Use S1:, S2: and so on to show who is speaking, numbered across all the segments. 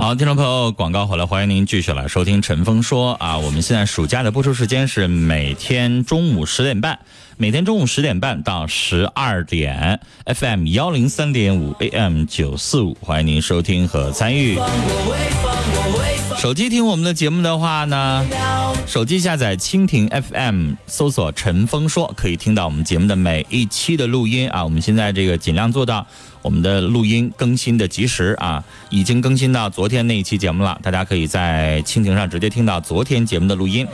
S1: 好，听众朋友，广告回来，欢迎您继续来收听《陈峰说》啊。我们现在暑假的播出时间是每天中午十点半，每天中午十点半到十二点，FM 幺零三点五，AM 九四五，欢迎您收听和参与。手机听我们的节目的话呢，手机下载蜻蜓 FM，搜索“陈峰说”，可以听到我们节目的每一期的录音啊。我们现在这个尽量做到我们的录音更新的及时啊，已经更新到昨天那一期节目了，大家可以在蜻蜓上直接听到昨天节目的录音。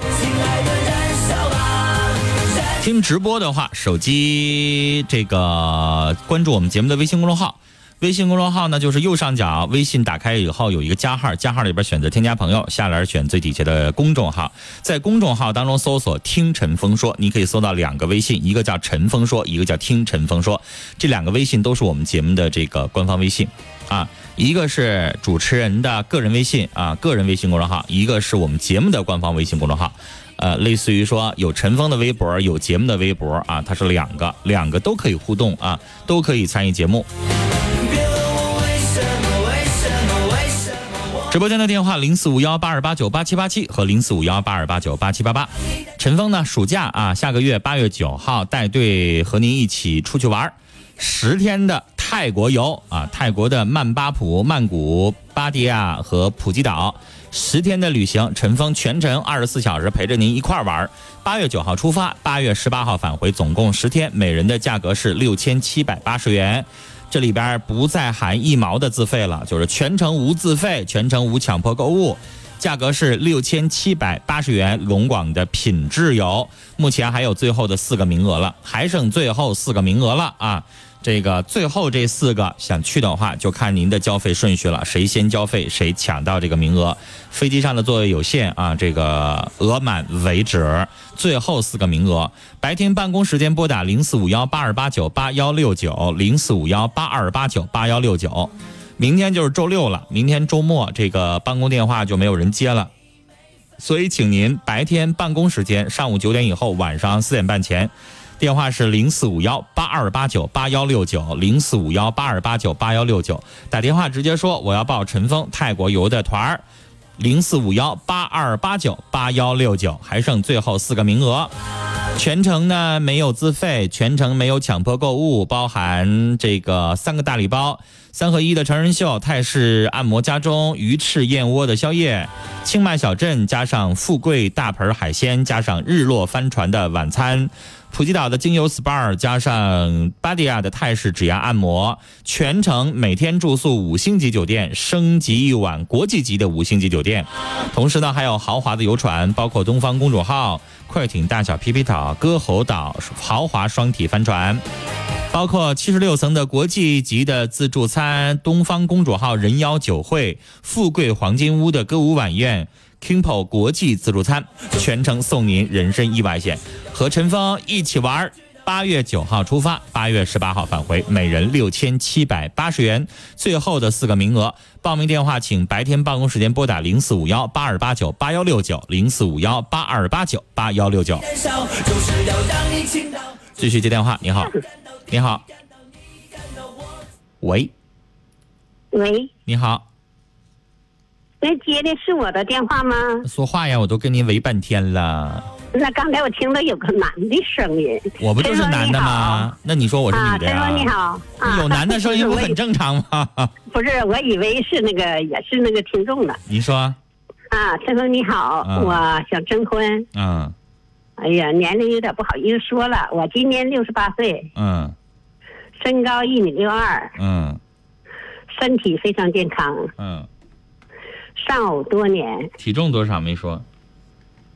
S1: 听直播的话，手机这个关注我们节目的微信公众号。微信公众号呢，就是右上角微信打开以后有一个加号，加号里边选择添加朋友，下栏选最底下的公众号，在公众号当中搜索“听陈峰说”，你可以搜到两个微信，一个叫“陈峰说”，一个叫“听陈峰说”，这两个微信都是我们节目的这个官方微信啊，一个是主持人的个人微信啊，个人微信公众号，一个是我们节目的官方微信公众号。呃，类似于说有陈峰的微博，有节目的微博啊，它是两个，两个都可以互动啊，都可以参与节目。直播间的电话零四五幺八二八九八七八七和零四五幺八二八九八七八八。陈峰呢，暑假啊，下个月八月九号带队和您一起出去玩儿十天的泰国游啊，泰国的曼巴普、曼谷、芭提雅和普吉岛，十天的旅行，陈峰全程二十四小时陪着您一块儿玩儿。八月九号出发，八月十八号返回，总共十天，每人的价格是六千七百八十元。这里边不再含一毛的自费了，就是全程无自费，全程无强迫购物，价格是六千七百八十元。龙广的品质游，目前还有最后的四个名额了，还剩最后四个名额了啊！这个最后这四个想去的话，就看您的交费顺序了，谁先交费谁抢到这个名额。飞机上的座位有限啊，这个额满为止，最后四个名额。白天办公时间拨打零四五幺八二八九八幺六九零四五幺八二八九八幺六九。明天就是周六了，明天周末这个办公电话就没有人接了。所以，请您白天办公时间，上午九点以后，晚上四点半前，电话是零四五幺八二八九八幺六九零四五幺八二八九八幺六九，打电话直接说我要报陈峰泰国游的团儿，零四五幺八二八九八幺六九，还剩最后四个名额。全程呢没有自费，全程没有强迫购物，包含这个三个大礼包：三合一的成人秀、泰式按摩家中、鱼翅燕窝的宵夜、清迈小镇，加上富贵大盆海鲜，加上日落帆船的晚餐。普吉岛的精油 SPA，加上巴迪亚的泰式指压按摩，全程每天住宿五星级酒店，升级一晚国际级的五星级酒店。同时呢，还有豪华的游船，包括东方公主号、快艇大小皮皮岛、歌喉岛豪华双体帆船。包括七十六层的国际级的自助餐、东方公主号人妖酒会、富贵黄金屋的歌舞晚宴。Kimpo 国际自助餐全程送您人身意外险，和陈峰一起玩儿。八月九号出发，八月十八号返回，每人六千七百八十元，最后的四个名额。报名电话请白天办公时间拨打零四五幺八二八九八幺六九零四五幺八二八九八幺六九。
S2: 燃烧，就是要让你倾倒。
S1: 继续接电话，你好，你好，喂，
S3: 喂，
S1: 你好，
S3: 那接的是我的电话吗？
S1: 说话呀，我都跟您喂半天了，
S3: 那刚才我听到有个男的声音，
S1: 我不就是男的吗？那你说我是
S3: 啊，
S1: 女的
S3: 陈
S1: 呀？
S3: 峰你好，啊，
S1: 有男的声音不
S3: 我
S1: 很
S3: 以
S1: 正常吗？
S3: 不是，我以为是那个也是那个听众的
S1: 你说，
S3: 啊，陈峰你好，
S1: 嗯
S3: 我想征婚，
S1: 嗯
S3: 哎呀，年龄有点不好意思说了，我今年六十八岁，
S1: 嗯
S3: 身高一米六二，
S1: 嗯
S3: 身体非常健康，
S1: 嗯，
S3: 丧偶多年，
S1: 体重多少没说？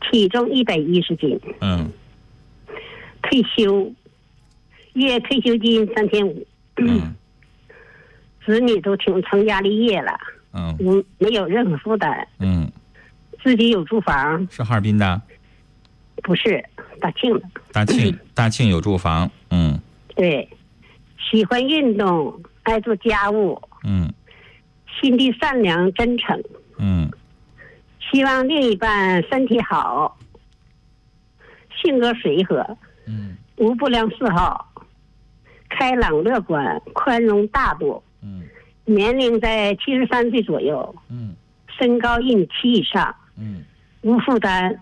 S3: 体重一百一十斤，
S1: 嗯
S3: 退休，月退休金三千五，
S1: 嗯
S3: 子女都成成家立业了，
S1: 嗯
S3: 嗯，没有任何负担。
S1: 嗯，
S3: 自己有住房，
S1: 是哈尔滨的，
S3: 不是大庆的。
S1: 大庆 大庆有住房，嗯
S3: 对，喜欢运动，爱做家务，
S1: 嗯
S3: 心地善良真诚，
S1: 嗯
S3: 希望另一半身体好，性格随和，
S1: 嗯
S3: 无不良嗜好，开朗乐观，宽容大度，
S1: 嗯
S3: 年龄在七十三岁左右，
S1: 嗯
S3: 身高一米七以上，
S1: 嗯
S3: 无负担。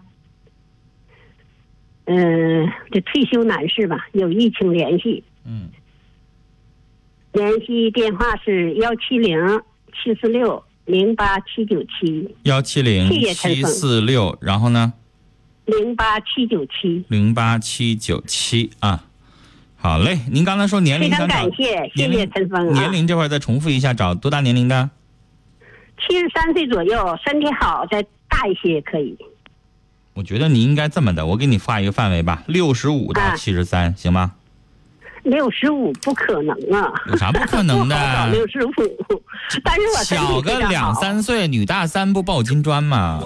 S3: 嗯、这退休男士吧，有意请联系，
S1: 嗯
S3: 联系电话是幺七零七四六零八七九七
S1: 幺七零
S3: 谢谢
S1: 七
S3: 陈
S1: 四六，然后呢
S3: 零八七九七。
S1: 零八七九七啊，好嘞，您刚才说年
S3: 非
S1: 龄
S3: 常
S1: 想找
S3: 感谢，谢
S1: 年
S3: 谢
S1: 龄
S3: 陈峰啊
S1: 年。龄这块儿再重复一下，找多大年龄的？
S3: 七十三岁左右，身体好，再大一些也可以。
S1: 我觉得你应该这么的，我给你画一个范围吧，六十五到
S3: 啊
S1: 七十三，行吗？
S3: 六十五不可能啊，
S1: 有啥不可能
S3: 不好找
S1: 的？
S3: 六十五，啊但是我身
S1: 小
S3: 体
S1: 个
S3: 非常
S1: 两
S3: 好
S1: 三岁，女大三不抱金 砖吗？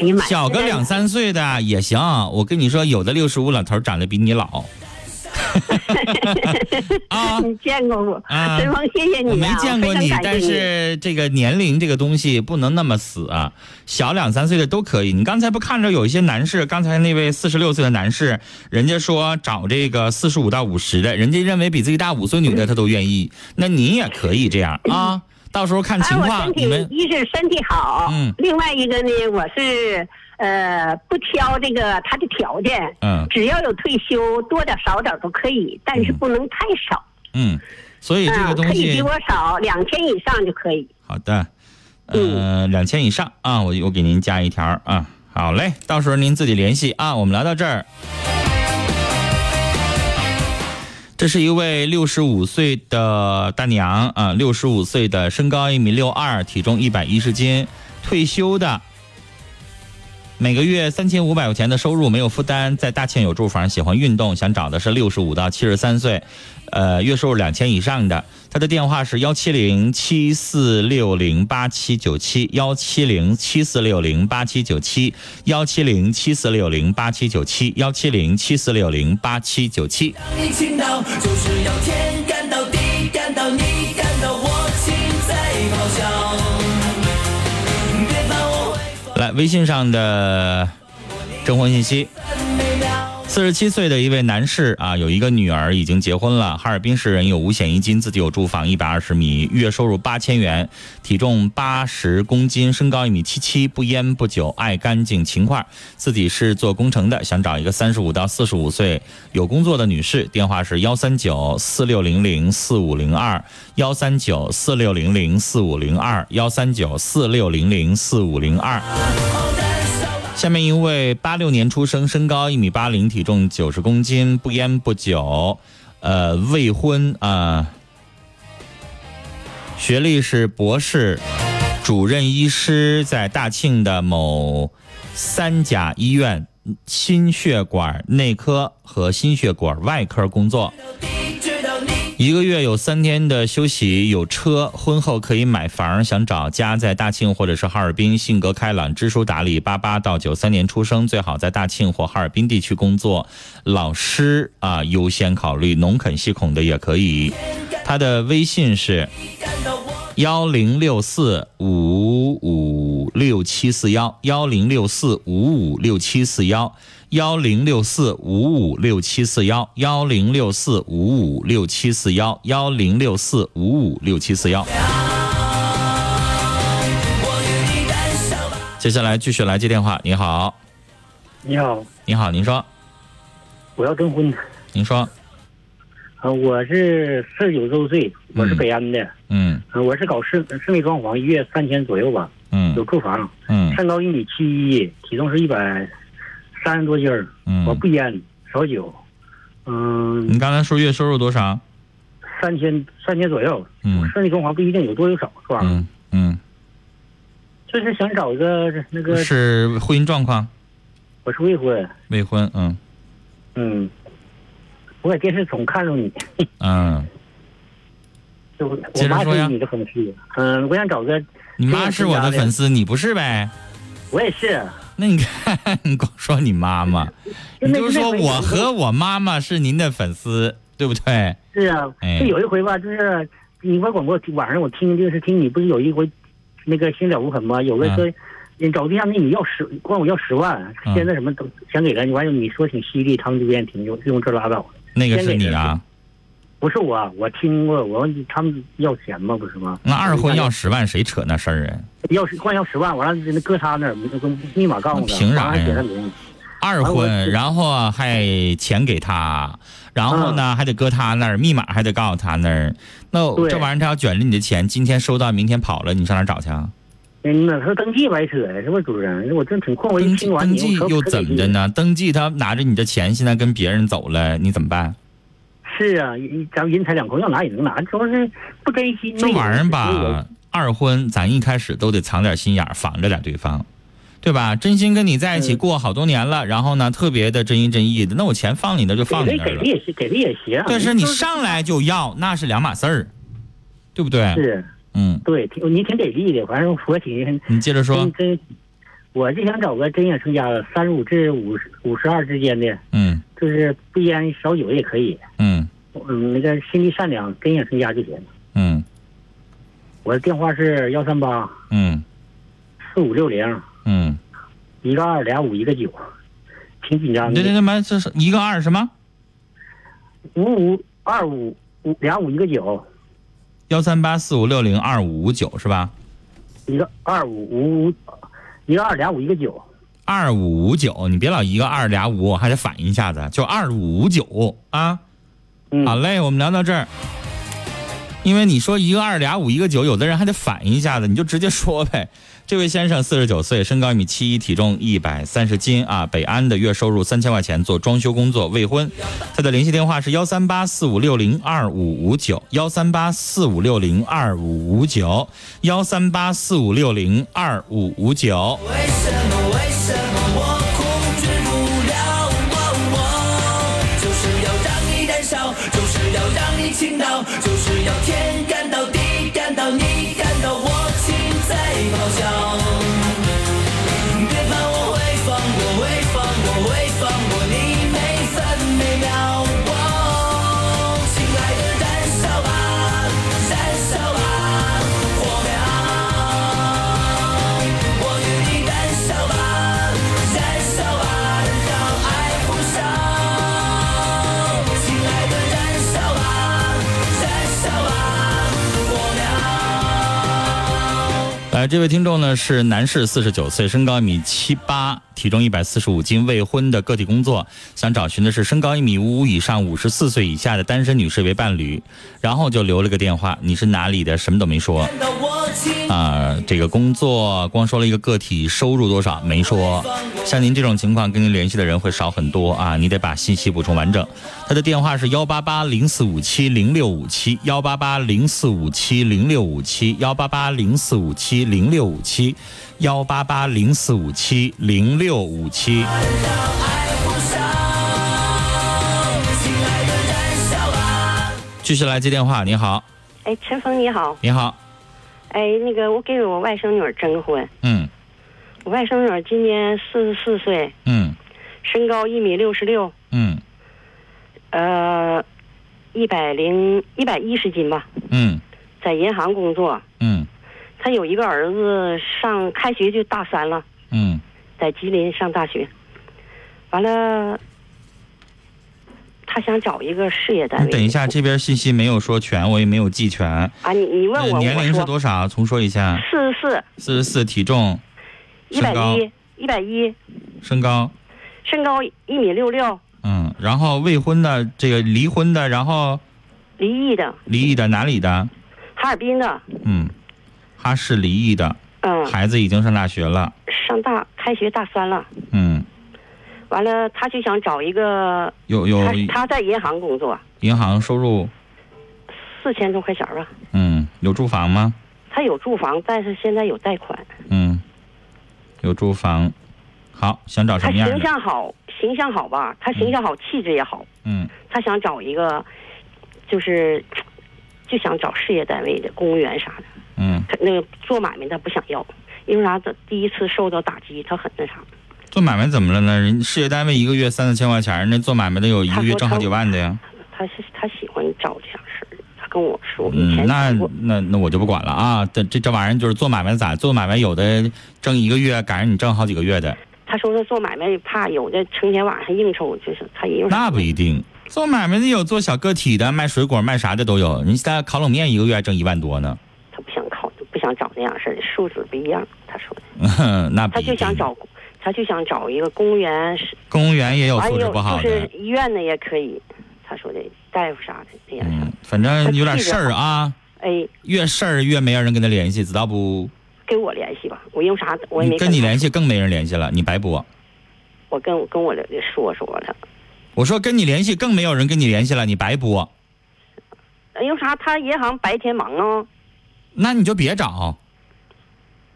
S3: 哎呀妈呀，
S1: 小个两三岁的也行。我跟你说，有的六十五老头儿长得比你老。啊，
S3: 你见过我？
S1: 啊
S3: 陈峰，谢谢你、啊，
S1: 我没见过
S3: 非
S1: 你
S3: 常，感
S1: 但
S3: 谢你
S1: 是这个年龄这个东西不能那么死啊，小两三岁的都可以。你刚才不看着有一些男士，刚才那位四十六岁的男士，人家说找这个四十五到五十的，人家认为比自己大五岁女的他都愿意，那你也可以这样啊。到时候看情
S3: 哎，我
S1: 况
S3: 身，
S1: 你
S3: 体
S1: 们
S3: 一是身体好，
S1: 嗯
S3: 另外一个呢，我是呃不挑这个他的条件，
S1: 嗯
S3: 只要有退休多点少点都可以，但是
S1: 嗯
S3: 不能太少，
S1: 嗯，所以这个
S3: 嗯，
S1: 东
S3: 可以
S1: 西
S3: 比我少两千以上就可以。
S1: 好的，呃，两千以上啊，我我给您加一条啊。好嘞，到时候您自己联系啊。我们聊到这儿。这是一位六十五岁的大娘啊，六十五岁的，身高一米六二，体重一百一十斤，退休的，每个月三千五百块钱的收入，没有负担，在大庆有住房，喜欢运动，想找的是六十五到七十三岁，呃，月收入两千以上的。他的电话是幺七零七四六零八七九七，幺七零七四六零八七九七，幺七零七四六零八七九七，幺七零七四六零八七九七。
S2: 让你倾倒，就是要天干到地干到你干到我心在咆哮。别怕，我会
S1: 来，微信上的征婚信息。
S2: 分每秒。
S1: 四十七岁的一位男士啊，有一个女儿已经结婚了，哈尔滨市人，有五险一金，自己有住房一百二十米，月收入八千元，体重八十公斤，身高一米七七，不烟不酒，爱干净勤快，自己是做工程的，想找一个三十五到四十五岁有工作的女士，电话是幺三九四六零零四五零二，幺三九四六零零四五零二，幺三九四六零零四五零二。下面一位八六年出生，身高一米八零，体重九十公斤，不烟不酒，呃，未婚啊、学历是博士，主任医师，在大庆的某三甲医院心血管内科和心血管外科工作。
S2: 地知道你
S1: 一个月有三天的休息，有车，婚后可以买房，想找家在大庆或者是哈尔滨，性格开朗，知书达理，八八到九三年出生，最好在大庆或哈尔滨地区工作，老师啊优先考虑，农垦系统的也可以。他的微信是
S2: 干到我
S1: 幺零六四五五六七四幺，幺零六四五五六七四幺，幺零六四五五六七四幺，幺零六四五五六七四幺，幺零六四五五六七四幺。
S2: 我与你燃烧吧。
S1: 接下来继续来接电话。你好，
S4: 你好，
S1: 你好，您说，
S4: 我要征婚
S1: 您说，
S4: 啊！我是四十九周岁，我是北安的，
S1: 嗯
S4: 啊我是搞室室内装潢，一月三千左右吧，有
S1: 嗯
S4: 住房，
S1: 嗯
S4: 身高一米七一，体重是一百三十多斤儿，我
S1: 嗯
S4: 不。烟少酒，嗯，
S1: 您刚才说月收入多少？
S4: 三千三千左右，
S1: 嗯
S4: 室内装潢不一定有多有少是吧？
S1: 嗯嗯，
S4: 就是想找一个那个，
S1: 是婚姻状况，
S4: 我是未婚，
S1: 未婚，嗯
S4: 嗯，我在电视总看着你，
S1: 嗯。
S4: 就我
S1: 接着
S4: 妈
S1: 说呀
S4: 是你的粉丝，嗯，我想找个，
S1: 你妈是我的粉丝，你不是呗？
S4: 我也是，
S1: 那你看，你光说你妈妈，
S4: 就
S1: 你
S4: 那
S1: 就
S4: 那
S1: 说
S4: 回
S1: 我
S4: 有一个
S1: 和我妈妈是您的粉丝，对不对？
S4: 是啊，
S1: 哎
S4: 就有一回吧，就是你玩广播，晚上我听电视听你不是有一回那个心了无痕吗？有个
S1: 嗯
S4: 说。你找对象那你要十，管我要十万，
S1: 嗯
S4: 现在什么都想给了你，完了你说挺犀利，他们就不愿意听，就用这拉倒。
S1: 那个是你啊？
S4: 不是我，我听过，我问他们要钱吗？不是吗？
S1: 那二婚要十万，谁扯那事儿啊？
S4: 要是换要十万，完了那搁他那儿，那跟密码告诉
S1: 那
S4: 他，
S1: 凭啥呀
S4: 完了给他名，
S1: 二
S4: 啊
S1: 婚，然后还钱给他，然后呢还得搁他那儿，密码还得告诉他那儿。那
S4: 啊对
S1: 这玩意儿他要卷着你的钱，今天收到，明天跑了，你上哪儿找去啊？
S4: 嗯，那他登记白扯呀，是不是主任？我真挺困惑，我一
S1: 登记
S4: 听完
S1: 登
S4: 你
S1: 记又怎么的？呢？登记他拿着你的钱，现在跟别人走了，你怎么办？
S4: 是啊，一咱们人财两空，要拿也能拿，主要是不珍惜。
S1: 这玩意儿，
S4: 嗯
S1: 吧，二婚咱一开始都得藏点心眼儿，防着点对方，对吧？真心跟你在一起
S4: 嗯
S1: 过好多年了，然后呢，特别的真心真意的，那我钱放你那就放
S4: 给
S1: 你
S4: 的
S1: 那儿
S4: 给
S1: 了
S4: 的。也行，给的也行。
S1: 但是你
S4: 就是
S1: 上来就要，那是两码事儿，对不对？
S4: 是
S1: 嗯，
S4: 对，挺你挺给力的，反正我挺
S1: 你接着说
S4: 真，真，我就想找个真想成家的，三十五至五十五十二之间的，
S1: 嗯
S4: 就是不烟少酒也可以，
S1: 嗯
S4: 嗯，那个心地善良，真想成家就行。
S1: 嗯
S4: 我的电话是幺三八
S1: 嗯
S4: 四五六零
S1: 嗯，
S4: 一个二俩五一个九，挺紧张
S1: 对对
S4: 的。
S1: 对，妈，这是一个二什么
S4: 五五二五五俩五一个九，
S1: 幺三八四五六零二五五九是吧？
S4: 一个二五五五，一个二俩五一个九。
S1: 二五五九，你别老一个二俩五，我还得反应一下子，就二五五九啊。
S4: 嗯，
S1: 好嘞，我们聊到这儿。因为你说一个二俩五一个九，有的人还得反应一下子，你就直接说呗。 这位先生四十九岁，身高一米七一，体重一百三十斤啊，北安的，月收入三千块钱，做装修工作，未婚。他的联系电话是幺三八四五六零二五五九，幺三八四五六零二五五九，幺三八四五六零二五五九。
S2: 为什么为什么我控制不了？我就是要让你燃烧，就是要让你倾倒，就是要天干到地干到你干到我心在咆哮。别怕，我会放过，会放过，会放过你每分每秒。哦，亲爱的，燃烧吧，燃烧吧，火苗。我与你燃烧吧，燃烧吧，让爱火烧。亲爱的，燃烧吧，燃烧吧，火苗。
S1: 呃，这位听众呢是男士，四十九岁，身高一米七八，体重一百四十五斤，未婚的个体工作，想找寻的是身高一米五五以上、五十四岁以下的单身女士为伴侣，然后就留了个电话，你是哪里的？什么都没说
S2: 看到我亲
S1: 啊、这个工作光说了一个个体收入多少没说，像您这种情况跟您联系的人会少很多啊，你得把信息补充完整。他的电话是幺八八零四五七零六五七，幺八八零四五七零六五七，幺八八零四五七零六五七，幺八八零四五七零六五七。
S2: 让爱火烧。亲爱的，燃烧吧。
S1: 继续来接电话，你好，
S5: 哎，陈峰你好，
S1: 你好，
S5: 哎，那个我给我外甥女儿征婚，
S1: 嗯
S5: 我外甥女儿今年四十四岁，
S1: 嗯
S5: 身高一米六十六，
S1: 嗯
S5: 呃，一百零一百一十斤吧，
S1: 嗯
S5: 在银行工作。
S1: 嗯
S5: 她有一个儿子上开学就大三了，
S1: 嗯
S5: 在吉林上大学，完了，她想找一个事业单
S1: 嗯，
S5: 位。
S1: 等一下，这边信息没有说全，我也没有记全。
S5: 啊，你你问我，
S1: 呃年龄是
S5: 我说
S1: 多少？重说一下，
S5: 四十四，
S1: 四十四，体重、
S5: 一百
S1: 身高
S5: 一，一百一，
S1: 身高，
S5: 身高一米六六，
S1: 嗯，然后未婚的，这个离婚的，然后
S5: 离异的，
S1: 离异的哪里的？
S5: 哈尔滨的，
S1: 嗯，他是离异的，
S5: 嗯。
S1: 孩子已经上大学了，
S5: 上大开学大三了，
S1: 嗯，
S5: 完了他就想找一个，
S1: 有有
S5: 他他在银行工作，
S1: 银行收入，
S5: 四千多块钱吧。
S1: 嗯，有住房吗？
S5: 他有住房，但是现在有贷款。
S1: 嗯，有住房，好，想找什
S5: 他
S1: 么样
S5: 形
S1: 的？
S5: 象好，形象好吧，他形象好，气质也好。
S1: 嗯，
S5: 他想找一个，就是就想找事业单位的公务员啥的。
S1: 嗯，
S5: 他那个做买卖他不想要，因为啥？他第一次受到打击，他很那啥。
S1: 做买卖怎么了呢？人事业单位一个月三四千块钱，那做买卖的有一个月挣好几万的呀。
S5: 他是他喜欢找这样事儿。他跟我说以
S1: 嗯，
S5: 前
S1: 那
S5: 听过
S1: 那那我就不管了啊！这这这玩意儿就是做买卖咋做买卖，有的挣一个月，赶上你挣好几个月的，
S5: 他说他做买卖怕有的成天晚上应酬，就是他因为
S1: 那不一定。做买卖的有做小个体的，卖水果卖啥的都有。你现在烤冷面一个月还挣一万多呢，
S5: 他不想考，不想找那样式儿的，素质不一样。他说的，
S1: 那
S5: 他
S1: 比
S5: 就想
S1: 嗯
S5: 找，他就想找一个公务员，是
S1: 公务员也有
S5: 还
S1: 哦素质
S5: 有
S1: 不好
S5: 就
S1: 的。
S5: 是医院的也可以。他说的大夫啥的那样式儿
S1: 嗯，反正有点事儿啊，
S5: 哎，
S1: 越事儿越没有人跟他联系，知道不？
S5: 跟我联系吧，我因为啥我也没
S1: 你跟你
S5: 他
S1: 联系更没人联系了，你白播。
S5: 我跟我跟我的说说了，
S1: 我说跟你联系更没有人跟你联系了，你白播。
S5: 哎因为啥他银行白天忙啊，
S1: 那你就别找，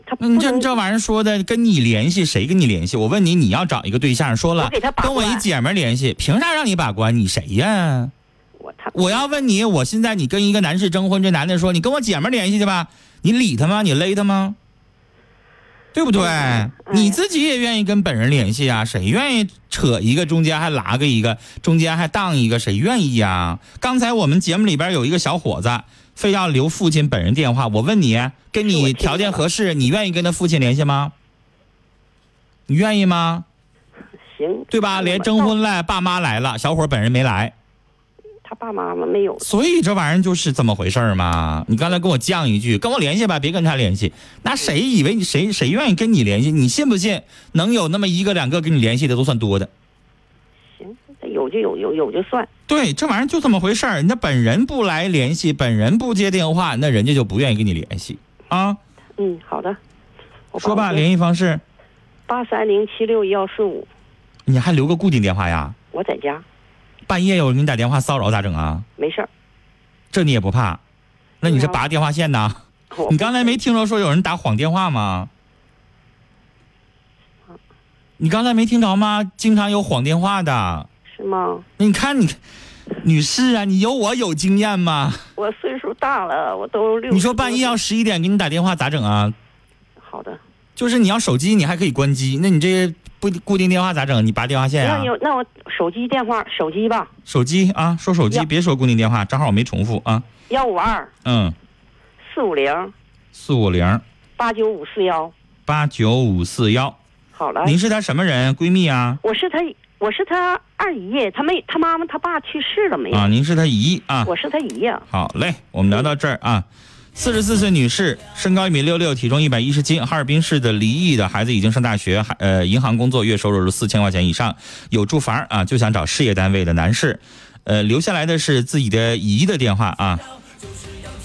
S5: 他不
S1: 嗯你这
S5: 能
S1: 这玩意儿说的，跟你联系谁跟你联系？我问你，你要找一个对象，说了
S5: 我给他把
S1: 跟我一
S5: 关
S1: 姐们儿联系，凭啥让你把关？你谁呀？
S5: 我他
S1: 我要问你，我现在你跟一个男士征婚，这男的说你跟我姐们儿联系去吧，你理他吗？你勒他吗？对不对？你自己也愿意跟本人联系啊？谁愿意扯一个中间还拉个一个，中间还当一个，谁愿意呀、刚才我们节目里边有一个小伙子，非要留父亲本人电话，我问你，跟
S5: 是我
S1: 你
S5: 听
S1: 条件
S5: 到
S1: 合适，你愿意跟他父亲联系吗？你愿意吗？
S5: 行
S1: 对吧？连征婚来，爸妈来了，小伙本人没来。
S5: 他爸妈妈没有，
S1: 所以这玩意儿就是这么回事儿嘛。你刚才跟我犟一句，跟我联系吧，别跟他联系。那谁以为你谁谁愿意跟你联系？你信不信？能有那么一个两个跟你联系的都算多的。
S5: 行有就有有有就算，
S1: 对，这玩意儿就这么回事儿。人家本人不来联系，本人不接电话，那人家就不愿意跟你联系啊。
S5: 嗯好的，我
S1: 说吧，联系方式，
S5: 八三零七六幺四五，
S1: 你还留个固定电话呀？
S5: 我在家
S1: 半夜有人给你打电话骚扰咋整啊？
S5: 没事儿，
S1: 这你也不怕？那你是拔电话线呐？
S5: 我
S1: 你刚才没听着说有人打谎电话吗？你刚才没听着吗？经常有谎电话的。
S5: 是吗？
S1: 你看你，女士啊，你有我有经验吗？
S5: 我岁数大了，我都六十多岁。
S1: 你说半夜要十一点给你打电话咋整啊？
S5: 好的，
S1: 就是你要手机你还可以关机，那你这不固定电话咋整？你拔电话线哎呀、
S5: 那有那我手机电话手机吧，
S1: 手机啊，说手机，
S5: 要
S1: 别说固定电话，正好我没重复啊。
S5: 幺五二
S1: 嗯，
S5: 四五零
S1: 四五零
S5: 八九五四幺，
S1: 八九五四幺，
S5: 好了。
S1: 您是她什么人？闺蜜啊？
S5: 我是他，我是他二姨，他没他妈妈他爸去世了没有？
S1: 啊，您是她姨啊？
S5: 我是他姨呀、
S1: 好嘞，我们聊到这儿啊。四十四岁女士，身高一米六六，体重一百一十斤，哈尔滨市的离异的孩子已经上大学，还呃银行工作，月收入是四千块钱以上，有住房啊，就想找事业单位的男士。呃，留下来的是自己的姨的电话啊，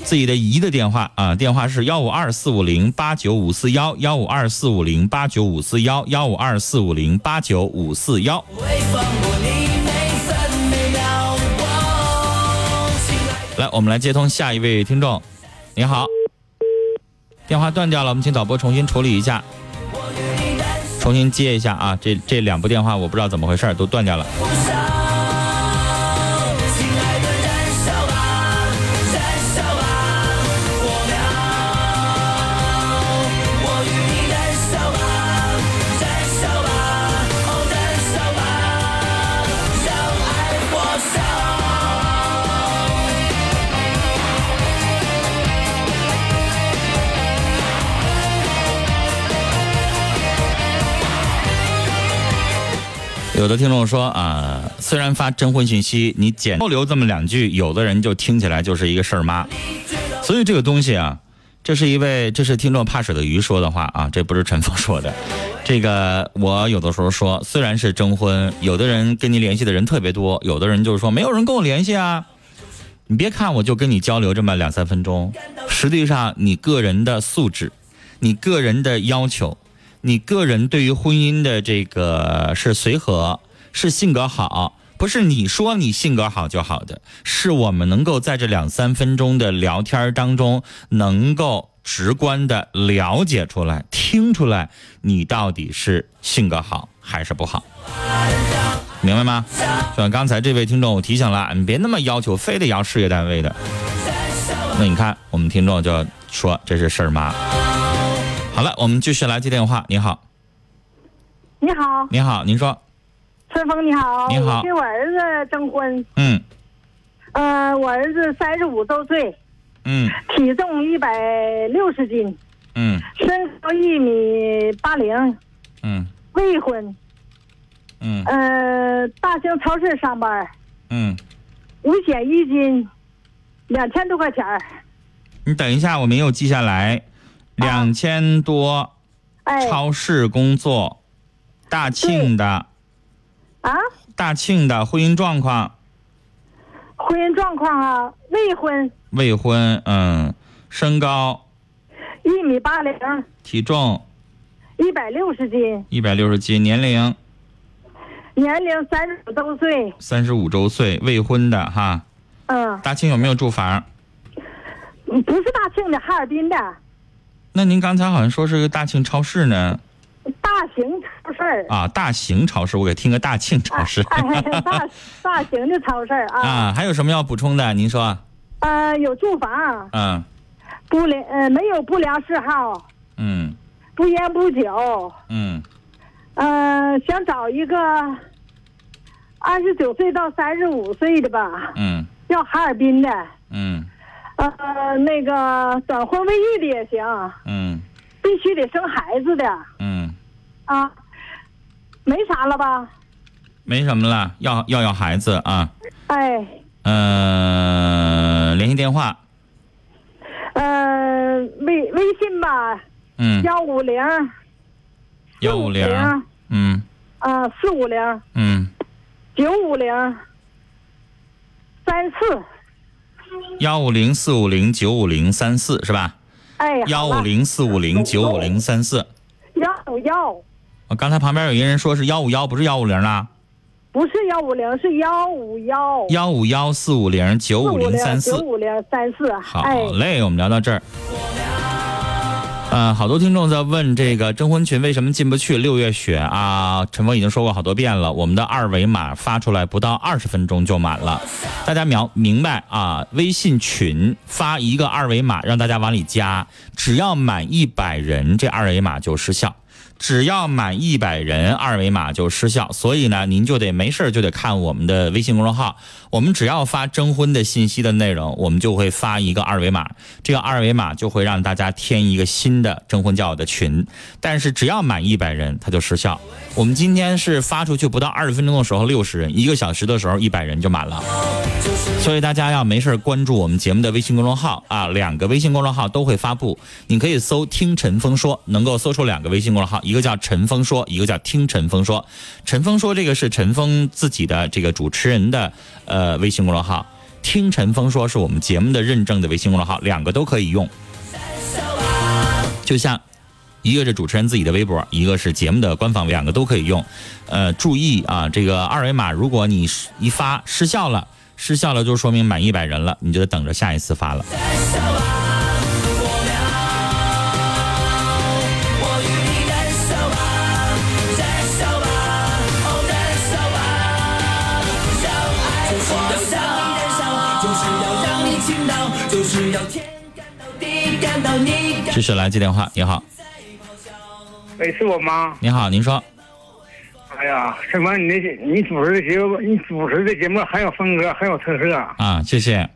S1: 自己的姨的电话啊，电话是幺五二四五零八九五四幺，幺五二四五零八九五四幺，幺五二四五零八九五四幺。
S2: 不会放过你每分每秒。哦醒来
S1: 来，我们来接通下一位听众，您好，电话断掉了，我们请导播重新处理一下，
S2: 我与你燃
S1: 重新接一下啊。这这两部电话我不知道怎么回事儿都断掉了。
S2: 不烧，亲爱的，燃烧吧，燃烧吧，火苗。我与你燃烧吧，燃烧吧，哦，燃烧吧，让爱火烧。
S1: 有的听众说啊、虽然发征婚信息，你简后留这么两句，有的人就听起来就是一个事儿妈。所以这个东西啊，这是一位这是听众怕水的鱼说的话啊，这不是陈峰说的。这个我有的时候说，虽然是征婚，有的人跟你联系的人特别多，有的人就是说没有人跟我联系啊。你别看我就跟你交流这么两三分钟，实际上你个人的素质、你个人的要求、你个人对于婚姻的这个是随和，是性格好，不是你说你性格好就好的，是我们能够在这两三分钟的聊天儿当中，能够直观的了解出来、听出来你到底是性格好还是不好。明白吗？就像刚才这位听众，我提醒了，你别那么要求，非得要事业单位的。那你看，我们听众就说这是事儿妈。好了，我们继续来接电话。你好，
S6: 你好，
S1: 你好，您说，
S6: 春风你好，
S1: 你好
S6: 我跟我儿子征婚，
S1: 嗯
S6: 呃，我儿子三十五周岁，
S1: 嗯
S6: 体重一百六十斤，
S1: 嗯
S6: 身高一米八零，
S1: 嗯
S6: 未婚，
S1: 嗯
S6: 呃，大型超市上班，
S1: 嗯嗯，
S6: 五险一金两千多块钱儿
S1: 你等一下，我没有记下来，两千多，
S6: 哎
S1: 超市工作，大庆的
S6: 啊，
S1: 大庆的婚姻状况，
S6: 婚姻状况啊，未婚，
S1: 未婚，嗯，身高
S6: 一米八零，
S1: 体重
S6: 一百六十斤，
S1: 一百六十斤，年龄
S6: 年龄三十五周岁，
S1: 三十五周岁，未婚的哈。
S6: 嗯，
S1: 大庆有没有住房？
S6: 不是大庆的，哈尔滨的，
S1: 那您刚才好像说是个大庆超市呢？
S6: 大型超市儿。
S1: 啊，大型超市，我给听个大庆超市。
S6: 哎， 大大型的超市儿 啊，
S1: 啊，还有什么要补充的？您说，
S6: 呃，有住房，
S1: 嗯
S6: 不良呃没有不良嗜好，
S1: 嗯
S6: 不烟不酒，
S1: 嗯
S6: 呃，想找一个二十九岁到三十五岁的吧，
S1: 嗯
S6: 要哈尔滨的，
S1: 嗯
S6: 呃，那个短婚未育的也行，
S1: 嗯
S6: 必须得生孩子的
S1: 嗯，
S6: 啊，没啥了吧？
S1: 没什么了，要要要孩子啊。
S6: 哎，
S1: 呃，联系电话，
S6: 呃，微微信吧，
S1: 嗯，
S6: 幺五零，
S1: 幺五零，嗯
S6: 啊，四五零。
S1: 嗯，
S6: 九五零三四，
S1: 幺五零四五零九五零三四是吧？
S6: 哎，
S1: 幺五零四五零九五零三四。
S6: 幺五幺，
S1: 我刚才旁边有一个人说是幺五幺，不是幺五零啦，
S6: 不是幺五零，是幺五幺
S1: 幺五幺四五零九五零三
S6: 九
S1: 四。
S6: 五零三四，
S1: 好
S6: 哎，
S1: 嘞，我们聊到这儿。呃，好多听众在问这个征婚群为什么进不去六月雪啊？陈峰已经说过好多遍了，我们的二维码发出来不到二十分钟就满了，大家秒明白啊？微信群发一个二维码让大家往里加，只要满一百人，这二维码就失效。只要满一百人，二维码就失效。所以呢，您就得没事儿就得看我们的微信公众号。我们只要发征婚的信息的内容，我们就会发一个二维码，这个二维码就会让大家添一个新的征婚交友的群。但是只要满一百人，它就失效。我们今天是发出去不到二十分钟的时候六十人，一个小时的时候一百人就满了。所以大家要没事儿关注我们节目的微信公众号啊，两个微信公众号都会发布，你可以搜“听陈峰说”，能够搜出两个微信公众号，一个叫“陈峰说”，一个叫“听陈峰说”。陈峰说这个是陈峰自己的这个主持人的呃微信公众号，听陈峰说是我们节目的认证的微信公众号，两个都可以用。就像一个是主持人自己的微博，一个是节目的官方，两个都可以用。呃，注意啊，这个二维码如果你是一发失效了，失效了就说明满一百人了，你就得等着下一次发了。
S2: 我与你燃烧吧，燃烧吧，哦，燃烧吧，让爱火烧，就是要让你倾倒，就是要天干到地干到你干
S1: 这是来接电话，你好，
S2: 再咆哮。
S7: 哎，是我妈。
S1: 你好，您说，
S7: 哎呀，什么？你那些你主持的节目，你主持的节目很有风格，很有特色。
S1: 啊，谢谢，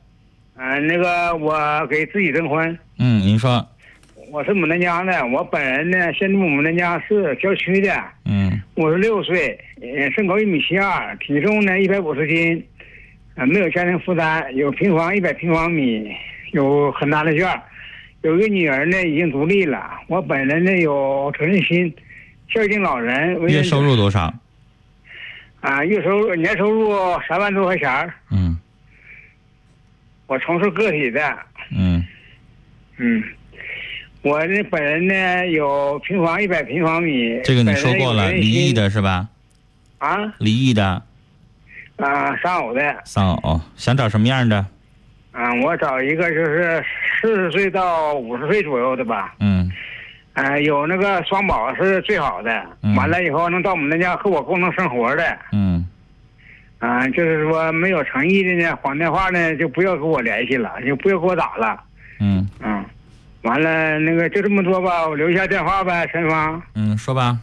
S7: 嗯、那个我给自己征婚，
S1: 嗯，您说，
S7: 我是牡丹江的，我本人呢，现住牡丹江市郊区的，
S1: 嗯
S7: 五十六岁，呃，身高一米七二，体重呢一百五十斤，呃，没有家庭负担，有平房一百平方米，有很大的院儿，有一个女儿呢已经独立了。我本人呢有责任心，孝敬老人，为
S1: 月
S7: 人
S1: 收入多少？
S7: 啊，月收入年收入三万多块钱儿
S1: 嗯
S7: 我从事个体的，
S1: 嗯
S7: 嗯，我呢本人呢有平房一百平方米，
S1: 这个你说过了，
S7: 本人有责任
S1: 离异
S7: 心
S1: 的是吧？
S7: 啊
S1: 离异的
S7: 啊，丧偶的
S1: 丧偶，想找什么样的？
S7: 啊，我找一个就是四十岁到五十岁左右的吧，
S1: 嗯
S7: 啊，有那个双保是最好的，
S1: 嗯
S7: 完了以后能到我们那家和我共同生活的，
S1: 嗯
S7: 啊，就是说没有诚意的呢，晃电话呢就不要跟我联系了，就不要给我打了，
S1: 嗯
S7: 嗯，完了那个就这么多吧，我留下电话呗，陈芳。
S1: 嗯，说吧，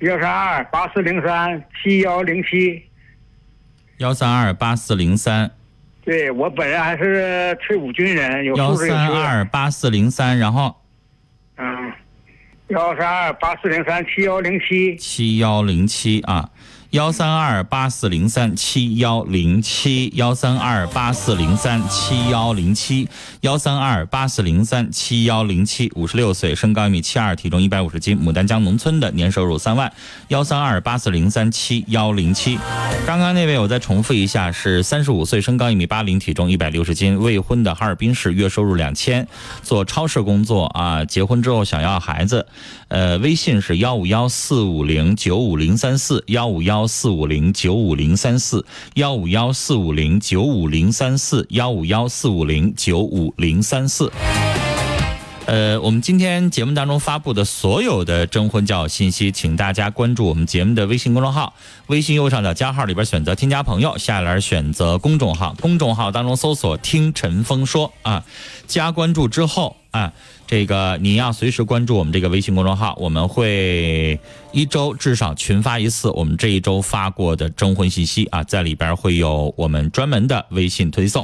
S7: 幺三二八四零三七幺零七。
S1: 幺三二八四零三
S7: 对我本人还是退伍军人，有
S1: 幺
S7: 素质有
S1: 三
S7: 修养。
S1: 二八四零三，然后
S7: 嗯，幺三二八四零三七幺零七。
S1: 七幺零七啊，幺三二八四零三七幺零七，幺三二八四零三七幺零七，幺三二八四零三七幺零七，五十六岁，身高一米七二，体重一百五十斤，牡丹江农村的，年收入三万，幺三二八四零三七幺零七。刚刚那位我再重复一下，是三十五岁，身高一米八零，体重一百六十斤，未婚的哈尔滨市，月收入两千，做超市工作啊，结婚之后想要孩子，呃，微信是幺五幺四五零九五零三四幺五幺四五零九五零三四幺五幺四五零九五零三四幺五幺四五零九五零三四。呃，我们今天节目当中发布的所有的征婚交友信息，请大家关注我们节目的微信公众号，微信右上角加号里边选择添加朋友，下一栏选择公众号，公众号当中搜索“听陈峰说”啊，加关注之后啊，这个你要随时关注我们这个微信公众号，我们会一周至少群发一次我们这一周发过的征婚信息啊，在里边会有我们专门的微信推送。